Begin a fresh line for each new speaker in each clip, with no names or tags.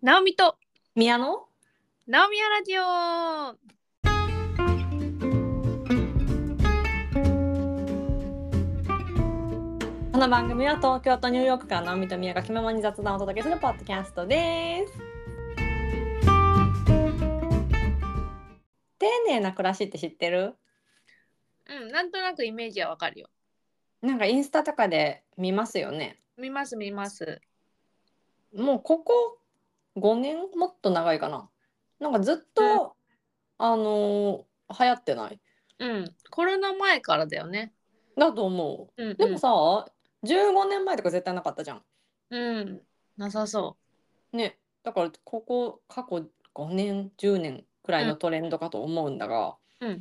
ナオミと
宮野
ナオミアラジオ
この番組は東京とニューヨークから直美と宮が気ままに雑談をお届けするポッドキャストです。丁寧な暮らしって知ってる
うんなんとなくイメージはわかるよ
なんかインスタとかで見ますよね。
見ます見ます
もうここ5年もっと長いかな。なんかずっと、
うん
あのー流行ってない
うんコロナ前からだよね
だと思
うん、うん、
う。でもさ、15年前とか絶対なかったじゃん。
うんなさそ
ねだからここ過去5年10年くらいのトレンドかと思うんだが、
うん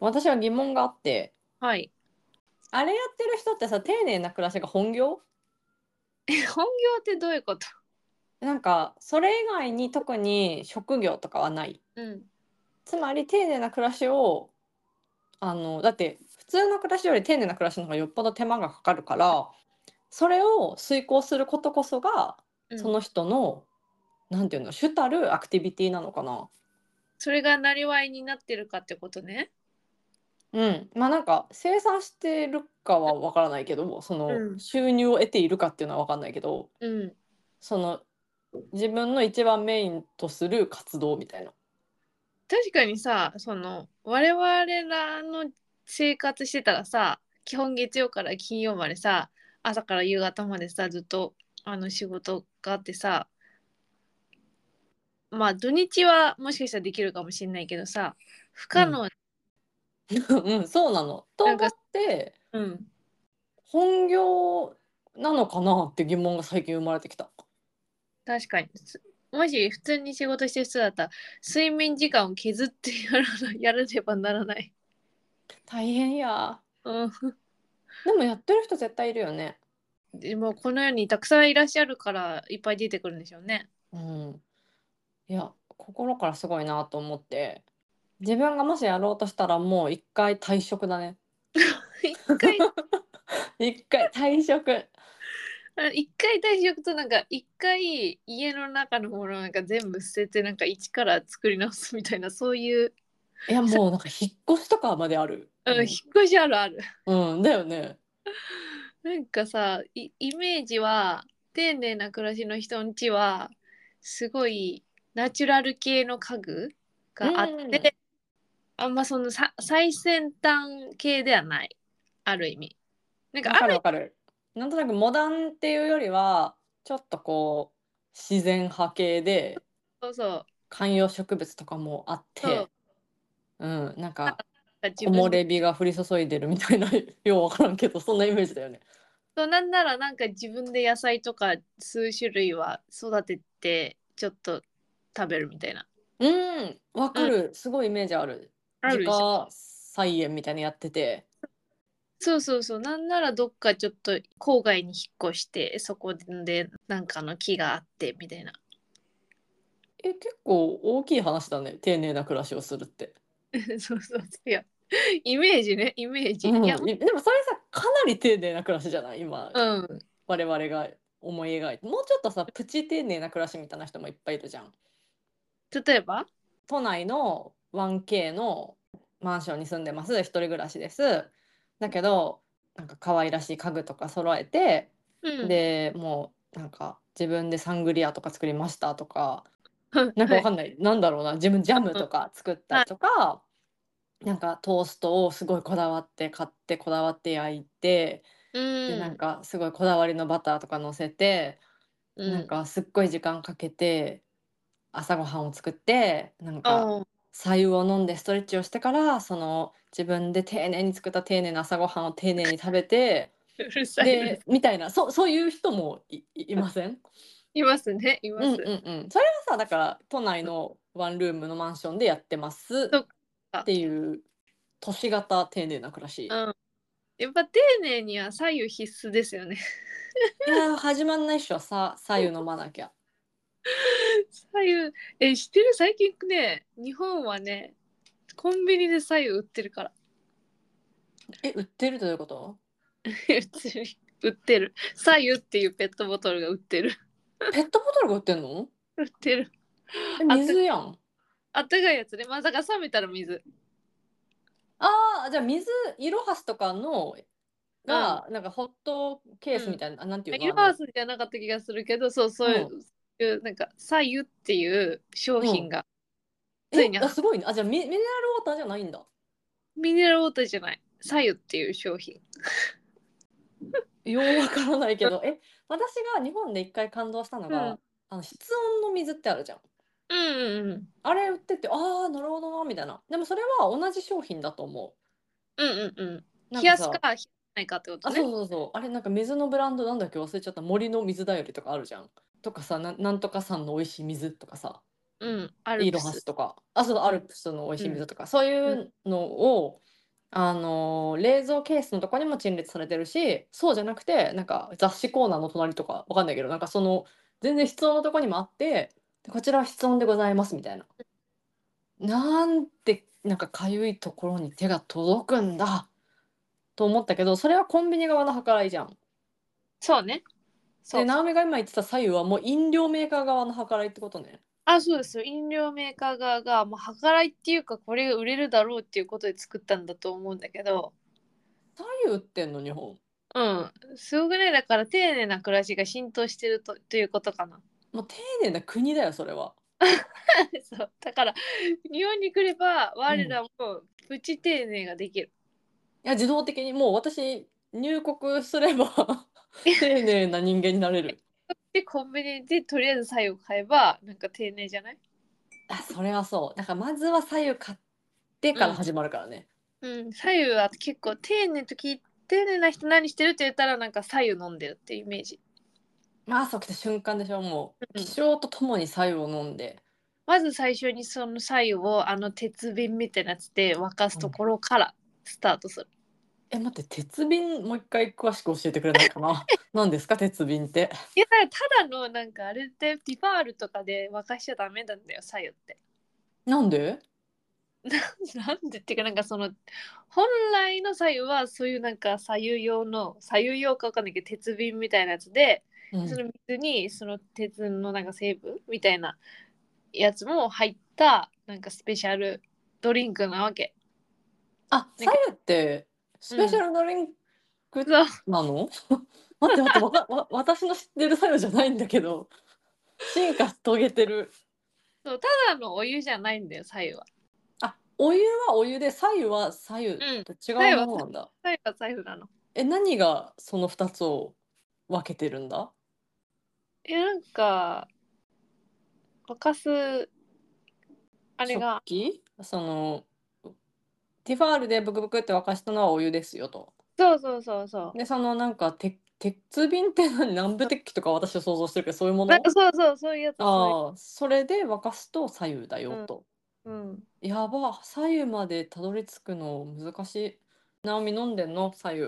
私は疑問があって
うはい
あれやってる人ってさ丁寧な暮らしが本業
本業ってどういうこと
なんかそれ以外に特に職業とかはない
うん
つまり丁寧な暮らしをあのだって普通の暮らしより丁寧な暮らしの方がよっぽど手間がかかるからそれを遂行することこそが
うん
その人の、なんていうの主たるアクティビティなのかな。
それがなりわいになってるかってことね
うん、まあなんか生産してるかは分からないけどそ
うん
の収入を得ているかっていうのは分かんないけど
うん
その自分の一番メインとする活動みたいな。
確かにさその我々らの生活してたらさ基本月曜から金曜までさ朝から夕方までさずっとあの仕事があってさまあ土日はもしかしたらできるかもしれないけどさ不可能、
うん、そうなの。と
な
思
ん
っ
か
て
うん
本業なのかなって疑問が最近生まれてきた。
確かにすもし普通に仕事してる人だったら睡眠時間を削ってやらな やらねばならない、
大変や。
うん、
でもやってる人絶対いるよね。
でもこの世にたくさんいらっしゃるからいっぱい出てくるんでしょう ね。
うん、いや心からすごいなと思って自分がもしやろうとしたらもう一回退職だね。
一回
一回退職。
あの一回退職となんか一回家の中のものなんか全部捨ててなんか一から作り直すみたいなそういう、
いやもうなんか引っ越しとかまである。
うん、引っ越しあるある
うん、だよね。
なんかさいイメージは丁寧な暮らしの人んちはすごいナチュラル系の家具があって、
うん
あんまそのさ最先端系ではないある意味なんかあ
わかる
る
わかる。なんとなくモダンっていうよりはちょっとこう自然派系で
そうそう
観葉植物とかもあっ
そう
て、うん、なんか
なんか自
木
分の
漏れ日が降り注いでるみたいな ようわからんけどそんなイメージだよね。
そうなんならなんか自分で野菜とか数種類は育ててちょっと食べるみたいな。
うん、わかる。すごいイメージある。
あ
自
るでしょ
家菜園みたいなのやってて、
そうそうそうなんならどっかちょっと郊外に引っ越してそこでなんかの木があってみた いな。
え結構大きい話だね。丁寧な暮らしをするって。
そうそういやイメージねイメージ。
うん
い
い
や
やでもそれさかなり丁寧な暮らしじゃない今、
うん
我々が思い描いてもうちょっとさプチ丁寧な暮らしみたいな人もいっぱいいるじゃん
例えば
都内の 1K のマンションに住んでます一人暮らしですだけどなんか可愛らしい家具とか揃えて、
うん
でもうなんか自分でサングリアとか作りましたとか
はい
なんかわかんない、なんだろうな自分ジャムとか作ったりとか、なんかトーストをすごいこだわって買ってこだわって焼いて、
う
で
ん
なんかすごいこだわりのバターとか乗せて、
うん
なんかすっごい時間かけて朝ごはんを作ってなんか
あ
白湯を飲んでストレッチをしてからその自分で丁寧に作った丁寧な朝ごはんを丁寧に食べて
うるさいで
でみたいなそうそういう人もいいいません
いますねいま
う
す。
んうんうん、それはさだから都内のワンルームのマンションでやってます
そっか
っていう都市型丁寧な暮らし、い
うんやっぱ丁寧には左右必須ですよね。
やー始まんないっしょさ左右飲まなきゃ
左右え知ってる最近ね日本はねコンビニで左右売ってるから
え売ってるということ
普通に売ってる左右っていうペットボトルが売ってる
ペットボトルが売ってんの
売ってる
え
あ
水やん
あったかいやつねまさか冷めたら水
ああじゃあ水イロハスとかのが、なんかホットケースみたいな、あなんていう
ユ
の
バースじゃなかった気がするけどそうそういう,、なんか左右っていう商品が、
あの
ついに
えあすごいねあじゃあミミネラルウォーターじゃないんだ
ミネラルウォーターじゃない左右っていう商品
ようわからないけど え私が日本で一回感動したのが、
うん
あの室温の水ってあるじゃん
うんうんうん
あれ売っててああなるほどなみたいなでもそれは同じ商品だと思
うんうん
う
う
なんん
冷や
さ
すか冷やさないかってこと
あ
ね
そうそうそうあれなんか水のブランドなんだっけ忘れちゃった森の水だよりとかあるじゃんとかさななんとかさんの美味しい水とかさ
うんア
イ
ル
ー
プ
ロハ
ス
スとかあそうアルプスの美味しい水とか、そういうのを、あのー冷蔵ケースのとこにも陳列されてるしそうじゃなくてなんか雑誌コーナーの隣とかわかんないけどなんかその全然室温のとこにもあってでこちらは室温でございますみたいな。なんてなんかかゆいところに手が届くんだと思ったけどそれはコンビニ側の計らいじゃん。
そうねそ
で
う
直美が今言ってた左右はもう飲料メーカー側の計らいってことね。
あそうですよ飲料メーカー側がもう計らいっていうかこれが売れるだろうっていうことで作ったんだと思うんだけど
左右売ってんの日本。
うんすごくねだから丁寧な暮らしが浸透してるとということかな
もう丁寧な国だよそれは。
そうだから日本に来れば我らもプチ丁寧ができる、
いや自動的にもう私入国すれ ば丁寧な人間になれる。
でコンビニでとりあえず左右買えばなんか丁寧じゃない
あそれはそう。なんかまずは左右買ってから始まるからね。
うん左右は結構丁寧と聞い丁寧な人何してるって言ったらなんか左右飲んでるっていうイメージ
まあ朝起きた瞬間でしょもう
うん
起床とともに左右を飲んで。
まず最初にその左右をあの鉄瓶みたいなやつで沸かすところからスタートする、
え待って鉄瓶もう一回詳しく教えてくれないか な。何ですか鉄瓶って。
いやただのなんかあれでティファールとかで沸かしちゃダメなんだよ左右って
なんで？
なんでっていうかなんかその本来の左右はそういうなんか左右用の左右用かわかんないけど鉄瓶みたいなやつで
うん
その水にその鉄のなんか成分みたいなやつも入ったなんかスペシャルドリンクなわけ。
あ左右ってスペシャルドリンク
そう
なの？ 待って待ってわかわ私の知ってる左右じゃないんだけ ど。進化遂げてる。
ただのお湯じゃないんだよ左右は。
あ、お湯はお湯で、左右は左右
ん
と違
左右
う
は
ものなんだ。
左右は左右なの。
え、何がその二つを分けてるんだ。
えなんか沸かすあれが
食器、その。ティファールでブクブクって沸かしたのはお湯ですよと。
そうそうそうそう。
で、そのなんか、て、鉄瓶って何、南部鉄器とか、私は想像してるけど、そういうもの
なん。かそうそうそういうやつ。そ
ああ、それで沸かすと左右だよと。
ういううん
やば、左右までたどり着くの難しい。ナオミ飲んでんの左右。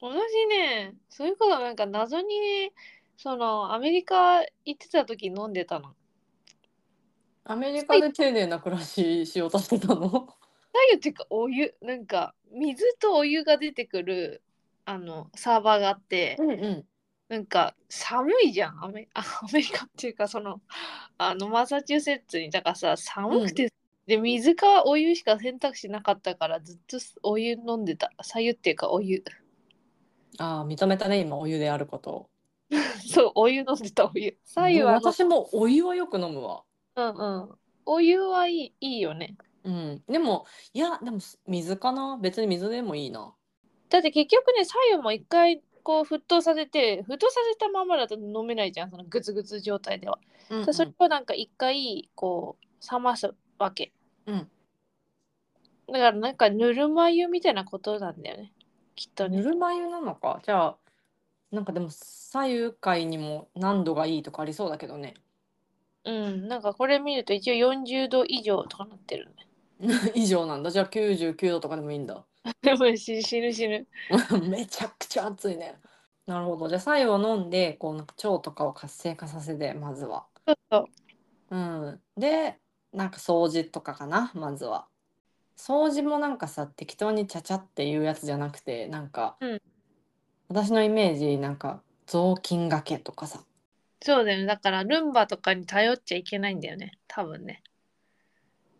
私ねそういうことなんか謎にそのアメリカ行ってた時飲んでたの。
アメリカで丁寧な暮らししようとしてたの。
左右っていうかお湯なんか水とお湯が出てくるあのサーバーがあって
んうん。
なんか寒いじゃんアメ あアメリカっていうかそのあのマサチューセッツにだからさ寒くて、で水かお湯しか選択肢なかったからずっとお湯飲んでた左右っていうかお湯
ああ、認めたね、今、お湯であること。
そうお湯飲んでたお湯左右
もう
は
私もお湯はよく飲むわ。
うんうんお湯はいいいいよね
うん。でも、いや、でも、水かな。別に水でもいいな。
だって結局ね左右も一回こう沸騰させて沸騰させたままだと飲めないじゃんそのグツグツ状態では
うん、
でそれをなんか一回こう冷ますわけ。
うん
だからなんかぬるま湯みたいなことなんだよね。きっと
ぬ
ね。
るま湯なのか。じゃあ、なんかでも、左右界にも何度がいいとかありそうだけどね。
うん。なんかこれ見ると一応40度以上とかなってるね。
以上なんだ。じゃあ、99度とかでもいいんだ。
でも死死ぬ死ぬ。
めちゃくちゃ暑いね。なるほど。じゃあ、白湯を飲んで、こう、なんか腸とかを活性化させて、まずは。
そうそう。
うん、でなんか掃除とかかなまずは掃除もなんかさ適当にちゃちゃっていうやつじゃなくてなんか、
うん
私のイメージなんか雑巾がけとかさ
そうだよねだからルンバとかに頼っちゃいけないんだよね多分ね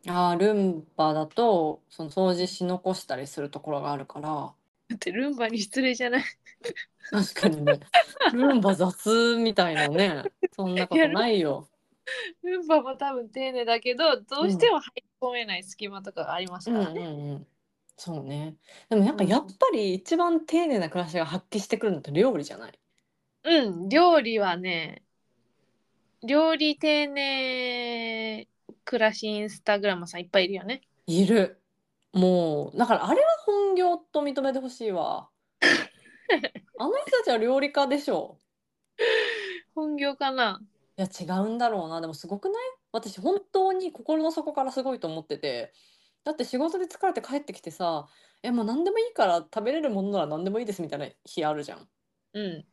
あールンバだとその掃除し残したりするところがあるから
だってルンバに失礼じゃない
確かに ねルンバ雑みたいなねそんなことないよ。
ルンバも多分丁寧だけどどうしても入り込めない隙間とかがあります
うん
から
うん
ね、
うんそうねでもなんかやっぱり一番丁寧な暮らしが発揮してくるのって料理じゃない
うん料理はね料理丁寧暮らしインスタグラマーさんいっぱいいるよね
いるもうだからあれは本業と認めてほし いわあの人たちは料理家でしょ
本業かない
や違うんだろうなでもすごくない私本当に心の底からすごいと思っててだって仕事で疲れて帰ってきてさえもう何でもいいから食べれるものなら何でもいいですみたいな日あるじゃん、
うん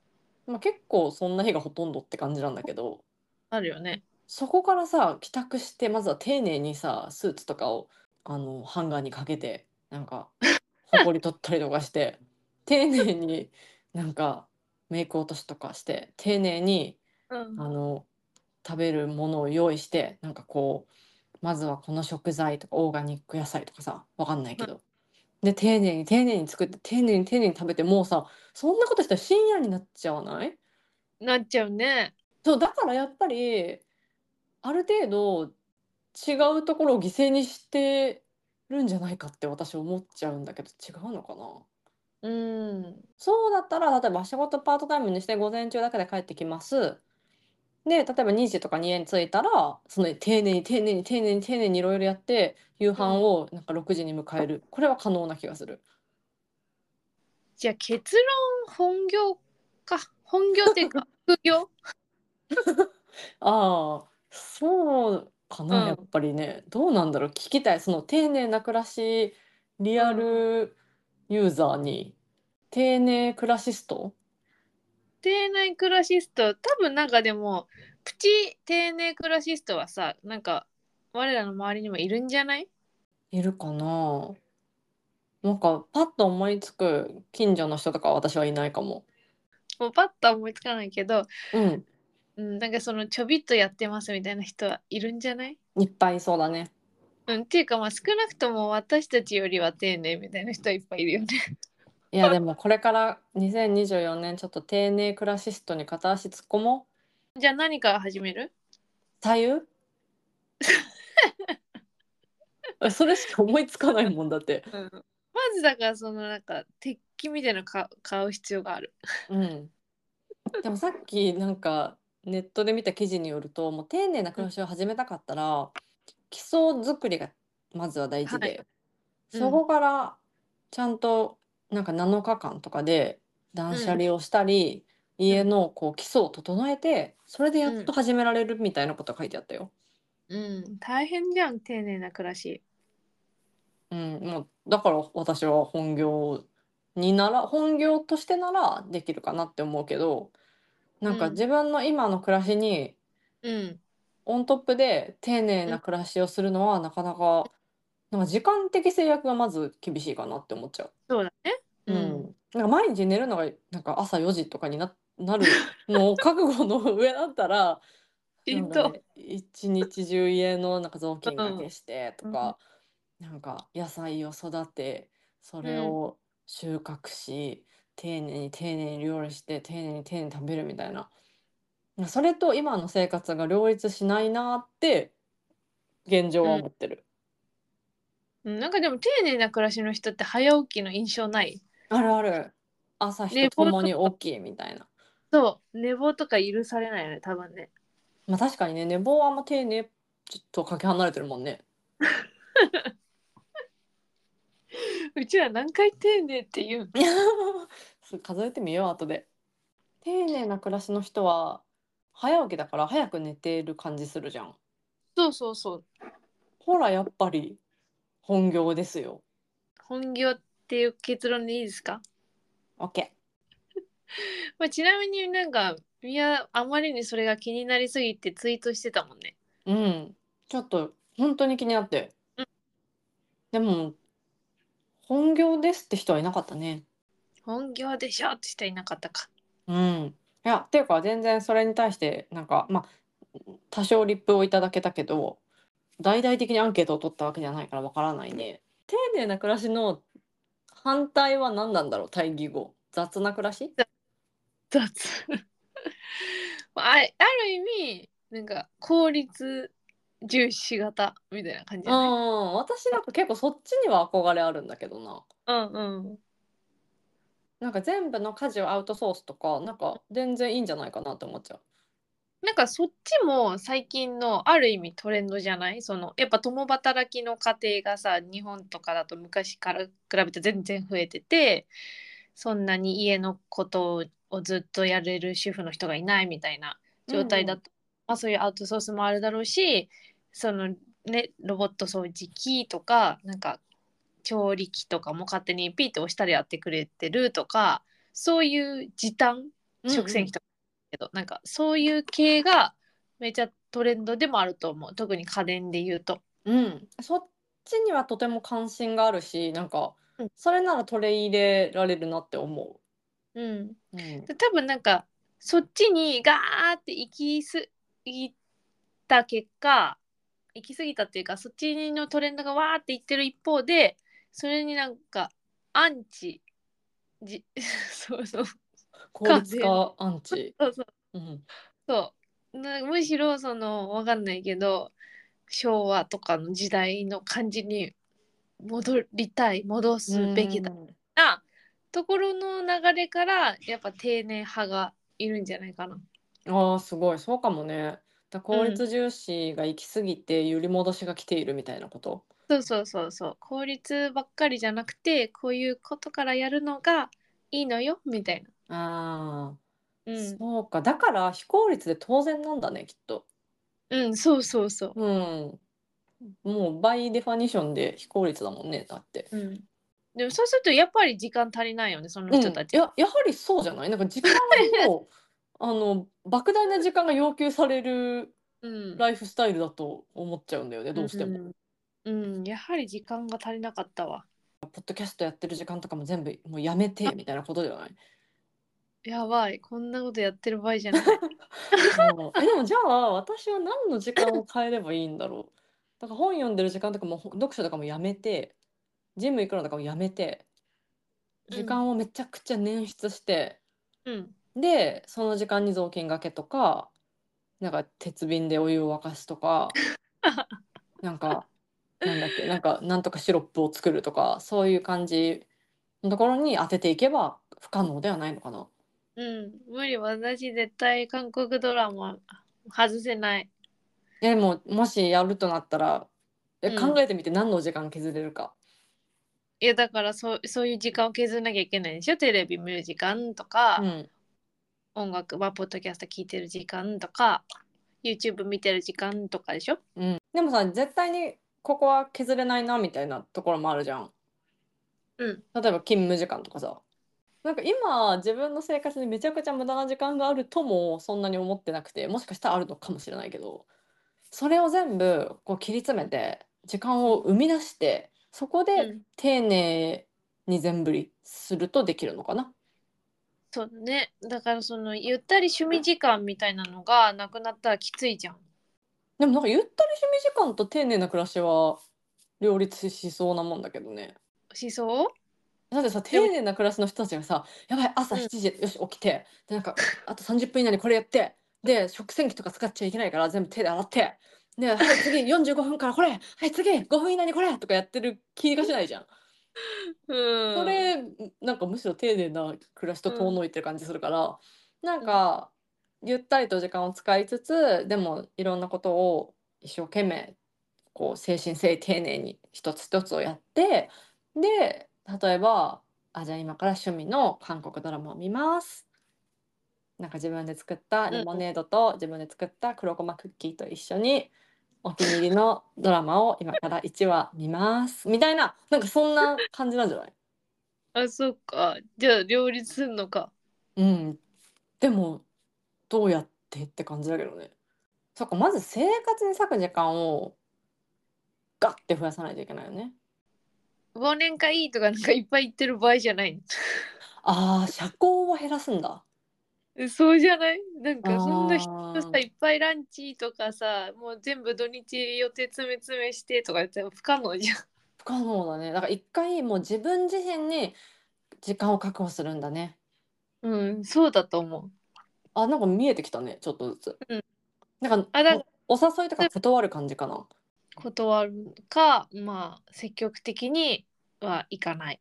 まあ、結構そんな日がほとんどって感じなんだけど
あるよね
そこからさ帰宅してまずは丁寧にさスーツとかをあのハンガーにかけてなんかほこり取ったりとかして丁寧になんかメイク落としとかして丁寧に
うん
あの食べるものを用意してなんかこうまずはこの食材とかオーガニック野菜とかさわかんないけど、で丁寧に丁寧に作って丁寧に丁寧に食べてもうさそんなことしたら深夜になっちゃわない
なっちゃうね
そうだからやっぱりある程度違うところを犠牲にしてるんじゃないかって私思っちゃうんだけど違うのかな
うん
そうだったら例えば仕事パートタイムにして午前中だけで帰ってきます。で例えば2時とかに家に着いたらその丁寧に丁寧に丁寧に丁寧にいろいろやって夕飯をなんか6時に迎えるこれは可能な気がする。
じゃあ結論本業か本業っていう か副業
ああそうかな、
うん
やっぱりねどうなんだろう聞きたいその丁寧な暮らしリアルユーザーに丁寧暮らしスト
丁寧クラシスト多分なんかでもプチ丁寧クラシストはさなんか我らの周りにもいるんじゃない
いるかななんかパッと思いつく近所の人とかは私はいないかも。
もうパッとは思いつかないけど、
うん
うん、なんかそのちょびっとやってますみたいな人はいるんじゃない
いっぱいいそうだね。
うん、っていうかまあ少なくとも私たちよりは丁寧みたいな人はいっぱいいるよね。
いやでもこれから2024年ちょっと丁寧暮らしストに片足突っ込もう。
じゃあ何から始める
左 右えそれしか思いつかないもんだって。
うん、まずだからそのなんか鉄器みたいなの買う買う必要がある。
うん、でもさっきなんかネットで見た記事によるともう丁寧な暮らしを始めたかったら基礎作りがまずは大事で、
はいうん
そこからちゃんとなんか7日間とかで断捨離をしたり、家のこう基礎を整えてそれでやっと始められるみたいなことが書いてあったよ。
うん、大変じゃん丁寧な暮らし。
うん、もうだから私は本業になら本業としてならできるかなって思うけどなんか
うん
自分の今の暮らしに
うん、
オントップで丁寧な暮らしをするのはなかなか、なんか時間的制約がまず厳しいかなって思っちゃう。
そうだね。うん、
なんか毎日寝るのがなんか朝4時とかにな、なるのを覚悟の上だったら、
し
なん
ん
か
ど
ね一日中家のなんか雑巾がけしてとか、なんか野菜を育て、それ
うん
を収穫し、丁寧に丁寧に料理して、丁寧に丁寧に食べるみたいな。それと今の生活が両立しないなって現状は思ってる。
うん、なんかでも丁寧な暮らしの人って早起きの印象ない
あるある。朝日
レ
と
ポート
共に大きいみたいな。
そう寝坊とか許されないよね多分ね
まあ確かにね、寝坊はあんま丁寧ちょっとかけ離れてるもんね。
うちら何回丁寧って言うの
そう 数えてみよう後で。丁寧な暮らしの人は早起きだから早く寝てる感じするじゃん。
そうそうそう
ほらやっぱり本業ですよ。
本業っていう結論でいいですか、
オッケ
まあ、ちなみになんかいやあまりにそれが気になりすぎてツイートしてたもんね
ー。うん。ちょっと本当に気になって
うん。
でも本業ですって人はいなかったね。
本業でしょって人いなかったか
うん。いや、っていうか全然それに対してなんかまあ多少リップをいただけたけど大々的にアンケートを取ったわけじゃないからわからないね。丁寧な暮らしの反対は何なんだろう対義語雑な暮らし
雑 まああある意味なんか効率重視型みたいな感じ
う
じゃない
ん私なんか結構そっちには憧れあるんだけどな。
うんうん
なんか全部の家事をアウトソースとかなんか全然いいんじゃないかなって思っちゃう。
なんかそっちも最近のある意味トレンドじゃないそのやっぱ共働きの家庭がさ日本とかだと昔から比べて全然増えててそんなに家のことをずっとやれる主婦の人がいないみたいな状態だと、まあ、そういうアウトソースもあるだろうしそのねロボット掃除機とかなんか調理器とかも勝手にピーって押したらやってくれてるとかそういう時短食洗機とかけど、なんかそういう系がめちゃトレンドでもあると思う特に家電で言うと。
うん、そっちにはとても関心があるし、なんか
うん
それなら取り入れられるなって思
うん、
う。うん、
で多分なんかそっちにガーって行きすぎた結果行き過ぎたっていうかそっちのトレンドがわーっていってる一方でそれになんかアンチじ そうそう
効率化アンチ。
そうそう
うん、
そうなむしろそのわかんないけど昭和とかの時代の感じに戻りたい戻すべきだ
うん
なところの流れからやっぱ定年派がいるんじゃないかな。
ああ、すごい、そうかもね。だ効率重視が行き過ぎて揺り戻しが来ているみたいなこと。
そうそうそうそう効率ばっかりじゃなくてこういうことからやるのがいいのよみたいな。う
ああ、
ん、
そうか。だから非効率で当然なんだね、きっと。
うん、そうそうそ
うん。もうバイデファニションで非効率だもんね、だって。
う。うん、でもそうするとやっぱり時間足りないよねその人たち。
うん、ややはりそうじゃないなんか時間を あの莫大な時間が要求される
うん
ライフスタイルだと思っちゃうんだよねどうしても、
うん、うんやはり時間が足りなかったわ。
ポッドキャストやってる時間とかも全部もうやめてみたいなことじゃない
やばいこんなことやってる場合じゃ ない。
うんえでもじゃあ私は何の時間を変えればいいんだろうだから本読んでる時間とかもほ読書とかもやめてジム行くのとかもやめて時間をめちゃくちゃ捻出して、
うん
でその時間に雑巾がけとかなんか鉄瓶でお湯を沸かすとかなんかなんだっけなんかなんとかシロップを作るとかそういう感じのところに当てていけば不可能ではないのかな。
うん、無理私絶対韓国ドラマ外せない
でももしやるとなったらえ
うん
考えてみて何の時間削れるか。
いやだからそうそういう時間を削らなきゃいけないでしょテレビ見る時間とか、
うん
音楽はポッドキャスト聞いてる時間とか YouTube 見てる時間とかでしょ
うん、でもさ絶対にここは削れないなみたいなところもあるじゃん。
うん
例えば勤務時間とかさなんか今自分の生活にめちゃくちゃ無駄な時間があるともそんなに思ってなくてもしかしたらあるのかもしれないけどそれを全部こう切り詰めて時間を生み出してそこ
う
で
ん
丁寧に全振りするとできるのかな。
そうだねだからそのゆったり趣味時間みたいなのがなくなったらきついじゃん
でもなんかゆったり趣味時間と丁寧な暮らしは両立しそうなもんだけどね。
思想
だってさ丁寧な暮らしの人たちがさ「やばい朝
うん
7時、よし起きてでなんかあと30分以内にこれやってで食洗機とか使っちゃいけないから全部手で洗ってではい次45分からこれはい次5分以内にこれ」とかやってる気がしないじゃん。
うん
それなんかむしろ丁寧な暮らしと遠のいてる感じするから、なんかゆったりと時間を使いつつでもいろんなことを一生懸命こう精神誠意丁寧に一つ一つをやってで例えばあじゃあ今から趣味の韓国ドラマを見ます。なんか自分で作ったレモネードと自分で作った黒ごまクッキーと一緒にお気に入りのドラマを今から1話見ますみたいななんかそんな感じなんじゃない
あそっかじゃあ両立すんのか
うん、でもどうやってって感じだけどね。そっか、まず生活に割く時間をガッて増やさないといけないよね。
忘年会とかなんかいっぱい行ってる場合じゃない
ああ、社交を減らすんだ。
え そうじゃないなんかそんな人
あ
さ
ー
いっぱいランチとかさもう全部土日予定詰め詰めしてとか言っても不可能じゃん。
不可能だねだから一回もう自分自身に時間を確保するんだね
うんそうだと思う。
あなんか見えてきたねちょっとずつ、
うん
なんか
あだから
おお誘いとか断る感じかな
断るかまあ積極的にはいかない。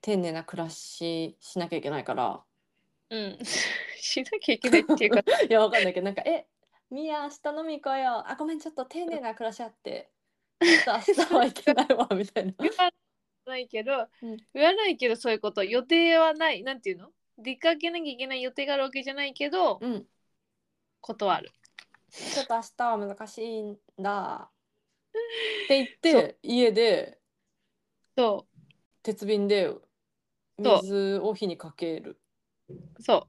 丁寧な暮らししなきゃいけないから
うん、 しなきゃいけないって いうか
いやわかんないけどなんか「えみや明日飲み行こうよあごめんちょっと丁寧な暮らしあってちょっと明日はいけないわ」みたいな
言わないけど、
うん
言わないけどそういうこと予定はないなんていうの出かけなきゃいけない予定があるわけじゃないけど
うん
断る。
ちょっと明日は難しいんだって言って家で
そ
鉄瓶で
そう
水を火にかける
うそ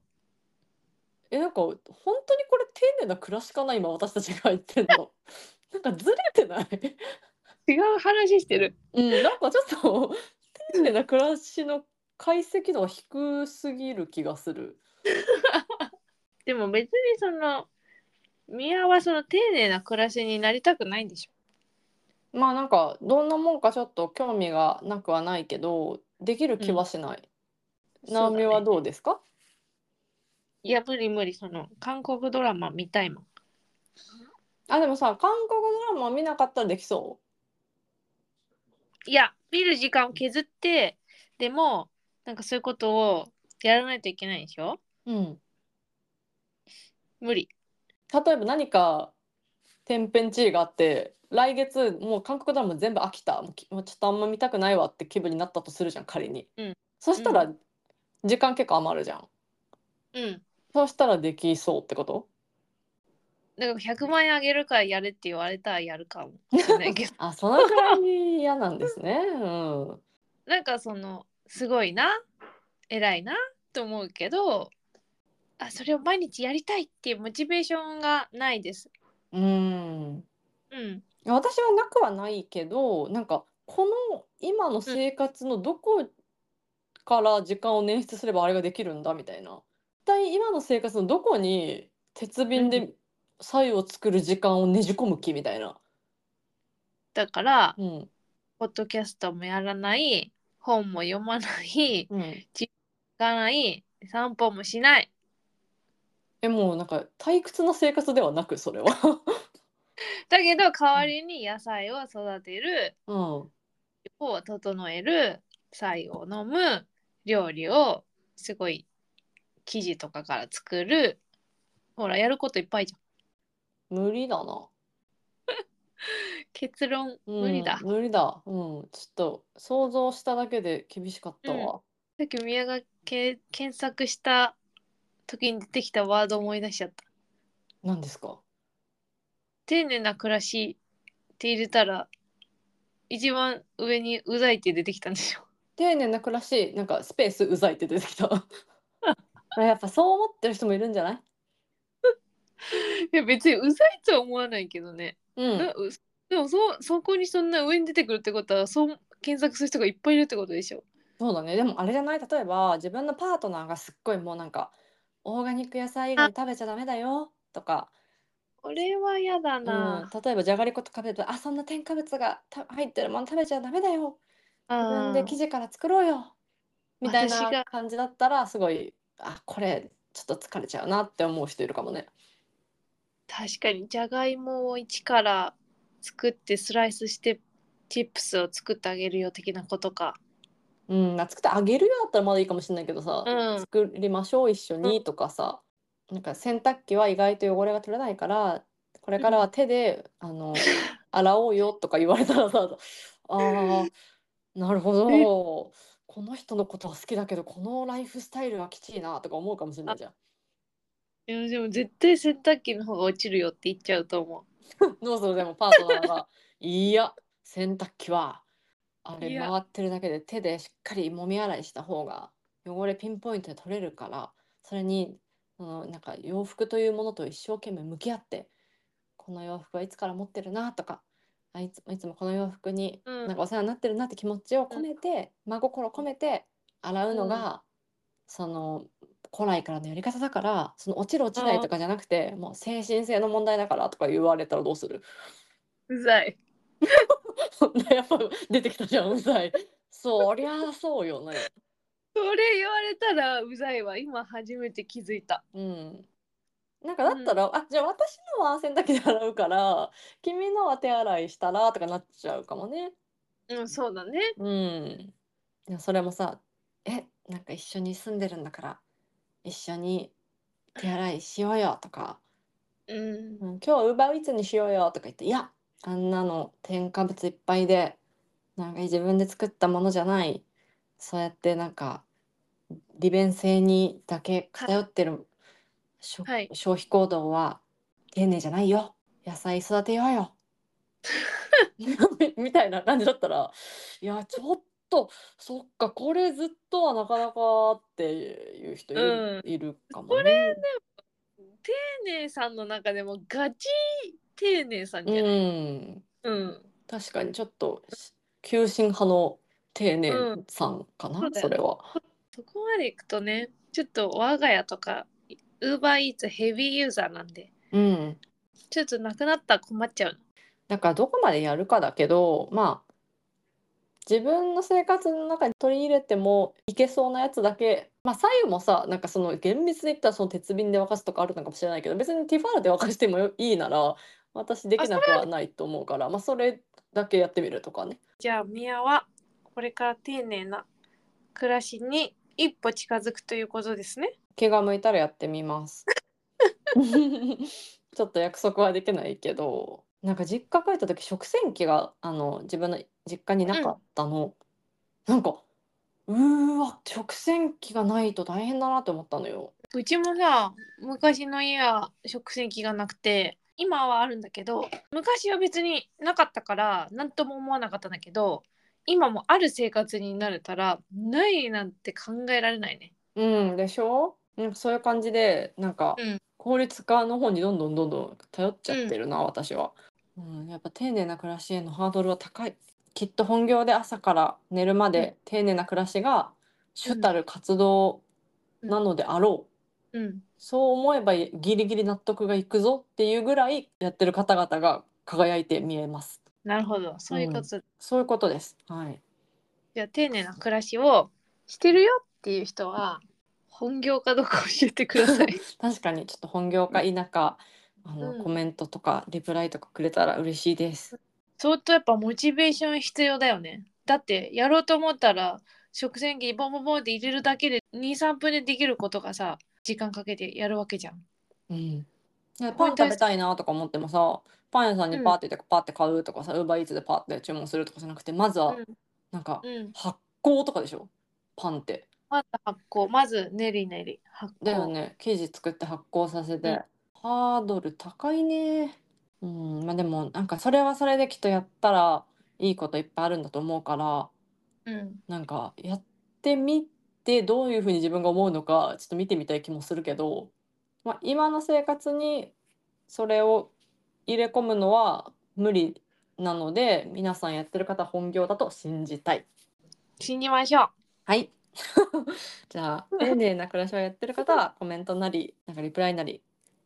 う
えなんか本当にこれ丁寧な暮らしかな今私たちが言ってんの なんかずれてない
違う話してる。
うんなんかちょっと丁寧な暮らしの解析度が低すぎる気がする
でも別にその宮はその丁寧な暮らしになりたくないんでしょ。
まあなんかどんなもんかちょっと興味がなくはないけどできる気はしない、ナオミ
そ
は
うだね
どうですか
いや無理無理その韓国ドラマ見たいもん。
あでもさ韓国ドラマ見なかったらできそ
いや見る時間を削ってでもなんかそういうことをやらないといけないでしょ
う、うん、
無理。
例えば何か天変地異があって来月もう韓国ドラマ全部飽きたもうきもうちょっとあんま見たくないわって気分になったとするじゃん仮に、
うん
そしたら時間結構余るじゃん、
うん。
そうしたらできそうってこと
だから100万円あげるからやれって言われたらやるかもしれないけど
あそのくらい嫌なんですねうん
なんかそのすごいな偉いなと思うけどあそれを毎日やりたいっていうモチベーションがないです。
うん
うん。
私はなくはないけどなんかこの今の生活のどこから時間を捻出すればあれができるんだみたいな一体今の生活のどこに鉄瓶
う
で白湯を作る時間をねじ込む気みたいな、
だから
うん
ポッドキャストもやらない本も読まない
うん、
行かない散歩もしない
えもうなんか退屈な生活ではなくそれは、
だけど代わりに野菜を育てる
うん、
を整える菜を飲む料理をすごい生地とかから作るほらやることいっぱいじゃん
無理だな、
結論
うん、
無理だ、
無理だ、うん、ちょっと想像しただけで厳しかったわ、
さっき宮がけ検索した時に出てきたワード思い出しちゃった
何ですか
丁寧な暮らしって入れたら一番上にうざいって出てきたんでしょ
丁寧な暮らしなんかスペースうざいって出てきたあ やっぱそう思ってる人もいるんじゃない
いや別にうざいとは思わないけどね、
う
なうでもそうそこにそんな上に出てくるってことはそう検索する人がいっぱいいるってことでしょ
そうだねでもあれじゃない例えば自分のパートナーがすっごいもうなんかオーガニック野菜以外食べちゃダメだよとか、
これは嫌だ
う、、
なん
例えばじゃがりことかべるとあそんな添加物がた入ってるもの食べちゃダメだよ自分で生地から作ろうよみたい
私
な
が
感じだったらすごいあこれちょっと疲れちゃうなって思う人いるかもね。
確かにじゃがいもを一から作ってスライスしてチップスを作ってあげるよ的なことか
うん、まあ作ってあげるよだったらまだいいかもしれないけどさ、
うん
作りましょう一緒にとかさ、なんか洗濯機は意外と汚れが取れないからこれからは手で、あ の洗おうよとか言われたらさあーなるほど
え
この人のことは好きだけどこのライフスタイルはきちいなとか思うかもしれないじゃん。
いやでも絶対洗濯機の方が落ちるよって言っちゃうと思
どうするでもパートナーが「いや洗濯機はあれ
いや
回ってるだけで手でしっかりもみ洗いした方が汚れピンポイントで取れるからそれにそのなんか洋服というものと一生懸命向き合ってこの洋服はいつから持ってるなとかあいついつもこの洋服に
うん
なんかお世話になってるなって気持ちを込めて、真心込めて洗うのが、その古来からのやり方だからその落ちる落ちないとかじゃなくてもう精神性の問題だからとか言われたらどうする
うざい。
やっぱ出てきたじゃんうざい そりゃそうよね
それ言われたらうざいわ。今初めて気づいた。
うんなんかだったら、あじゃあ私のは汗だけで洗うから君のは手洗いしたらとかなっちゃうかもね
うん、そうだね。
うん、でもそれもさ「えなんか一緒に住んでるんだから一緒に手洗いしようよ」とか
うん
「う。ん、今日はウーバーイーツにしようよ」とか言って「いやあんなの添加物いっぱいでなんか自分で作ったものじゃないそうやってなんか利便性にだけ偏ってるしょ
はい
消費行動は丁寧じゃないよ野菜育てようよ みみたいな感じだったらいやちょっとそっかこれずっとはなかなかっていう人いる,、
う
いるかも
こ
ね。
丁寧さんの中でもガチ丁寧さんじゃ
う
ない。
ん
うん。
確かにちょっとし急進派の丁寧さんかな、
うんそうだ
そ
よ
れは。
そこまでいくとね、ちょっと我が家とか、ウーバーイーツヘビーユーザーなんで、
うん、
ちょっとなくなったら困っちゃう。
だからどこまでやるかだけどまあ自分の生活の中に取り入れてもいけそうなやつだけまあ左右もさなんかその厳密で言ったらその鉄瓶で沸かすとかあるのかもしれないけど別にティファールで沸かしてもよいいなら私できなくはないと思うからまあそれだけやってみるとかね。
じゃあ、ミヤは、これから丁寧な暮らしに一歩近づくということですね。
気が向いたらやってみます。 ちょっと約束はできないけど、なんか実家帰った時食洗機があの自分の実家になかったの。なんかうーわ食洗機がないと大変だなって思ったのよ。
うちもさ、昔の家は食洗機がなくて、今はあるんだけど、昔は別になかったから、なんとも思わなかったんだけど、今もある生活になれたら、ないなんて考えられないね。
うんでしょ？なんかそういう感じでなんか
うん
効率化の方にどんどんどんどん頼っちゃってるな、私は。うん、やっぱ丁寧な暮らしへのハードルは高い。きっと本業で朝から寝るまで丁寧な暮らしが主たる活動なのであろう。
うん。
そう思えばギリギリ納得がいくぞっていうぐらいやってる方々が輝いて見えます。
なるほど。そういうこと。
そういうことです。はい。
じゃあ、丁寧な暮らしをしてるよっていう人は、本業かどうか教えてください。
確かにちょっと本業か否か、あの、
うん
コメントとかリプライとかくれたら嬉しいです。
相当やっぱモチベーション必要だよねだってやろうと思ったら食洗機にボンボンボンって入れるだけで23分でできることがさ時間かけてやるわけじゃん
うん。でパン
本当
食
に
べたいなとか思ってもさ、パン屋さんにパーって言ってパーって買うとかさ、ウーバーイーツでパーって注文するとかじゃなくて、まずはなんか
うん
発酵とかでしょ。パンって。
まず発酵まず練り練り発酵
だよね生地作って発酵させて、
うん
ハードル高いねうんまあでもなんかそれはそれできっとやったらいいこといっぱいあるんだと思うから
うん
なんかやってみてどういうふうに自分が思うのかちょっと見てみたい気もするけど、まあ、今の生活にそれを入れ込むのは無理なので皆さんやってる方本業だと信じたい。
信じましょ
はい。 じゃあ、丁寧な暮らしをやってる方は、コメントなり、なんかリプライなり、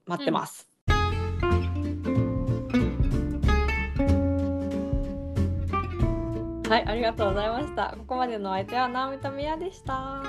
待ってます。はい、ありがとうございました。ここまでのお相手は、直美とみやでした。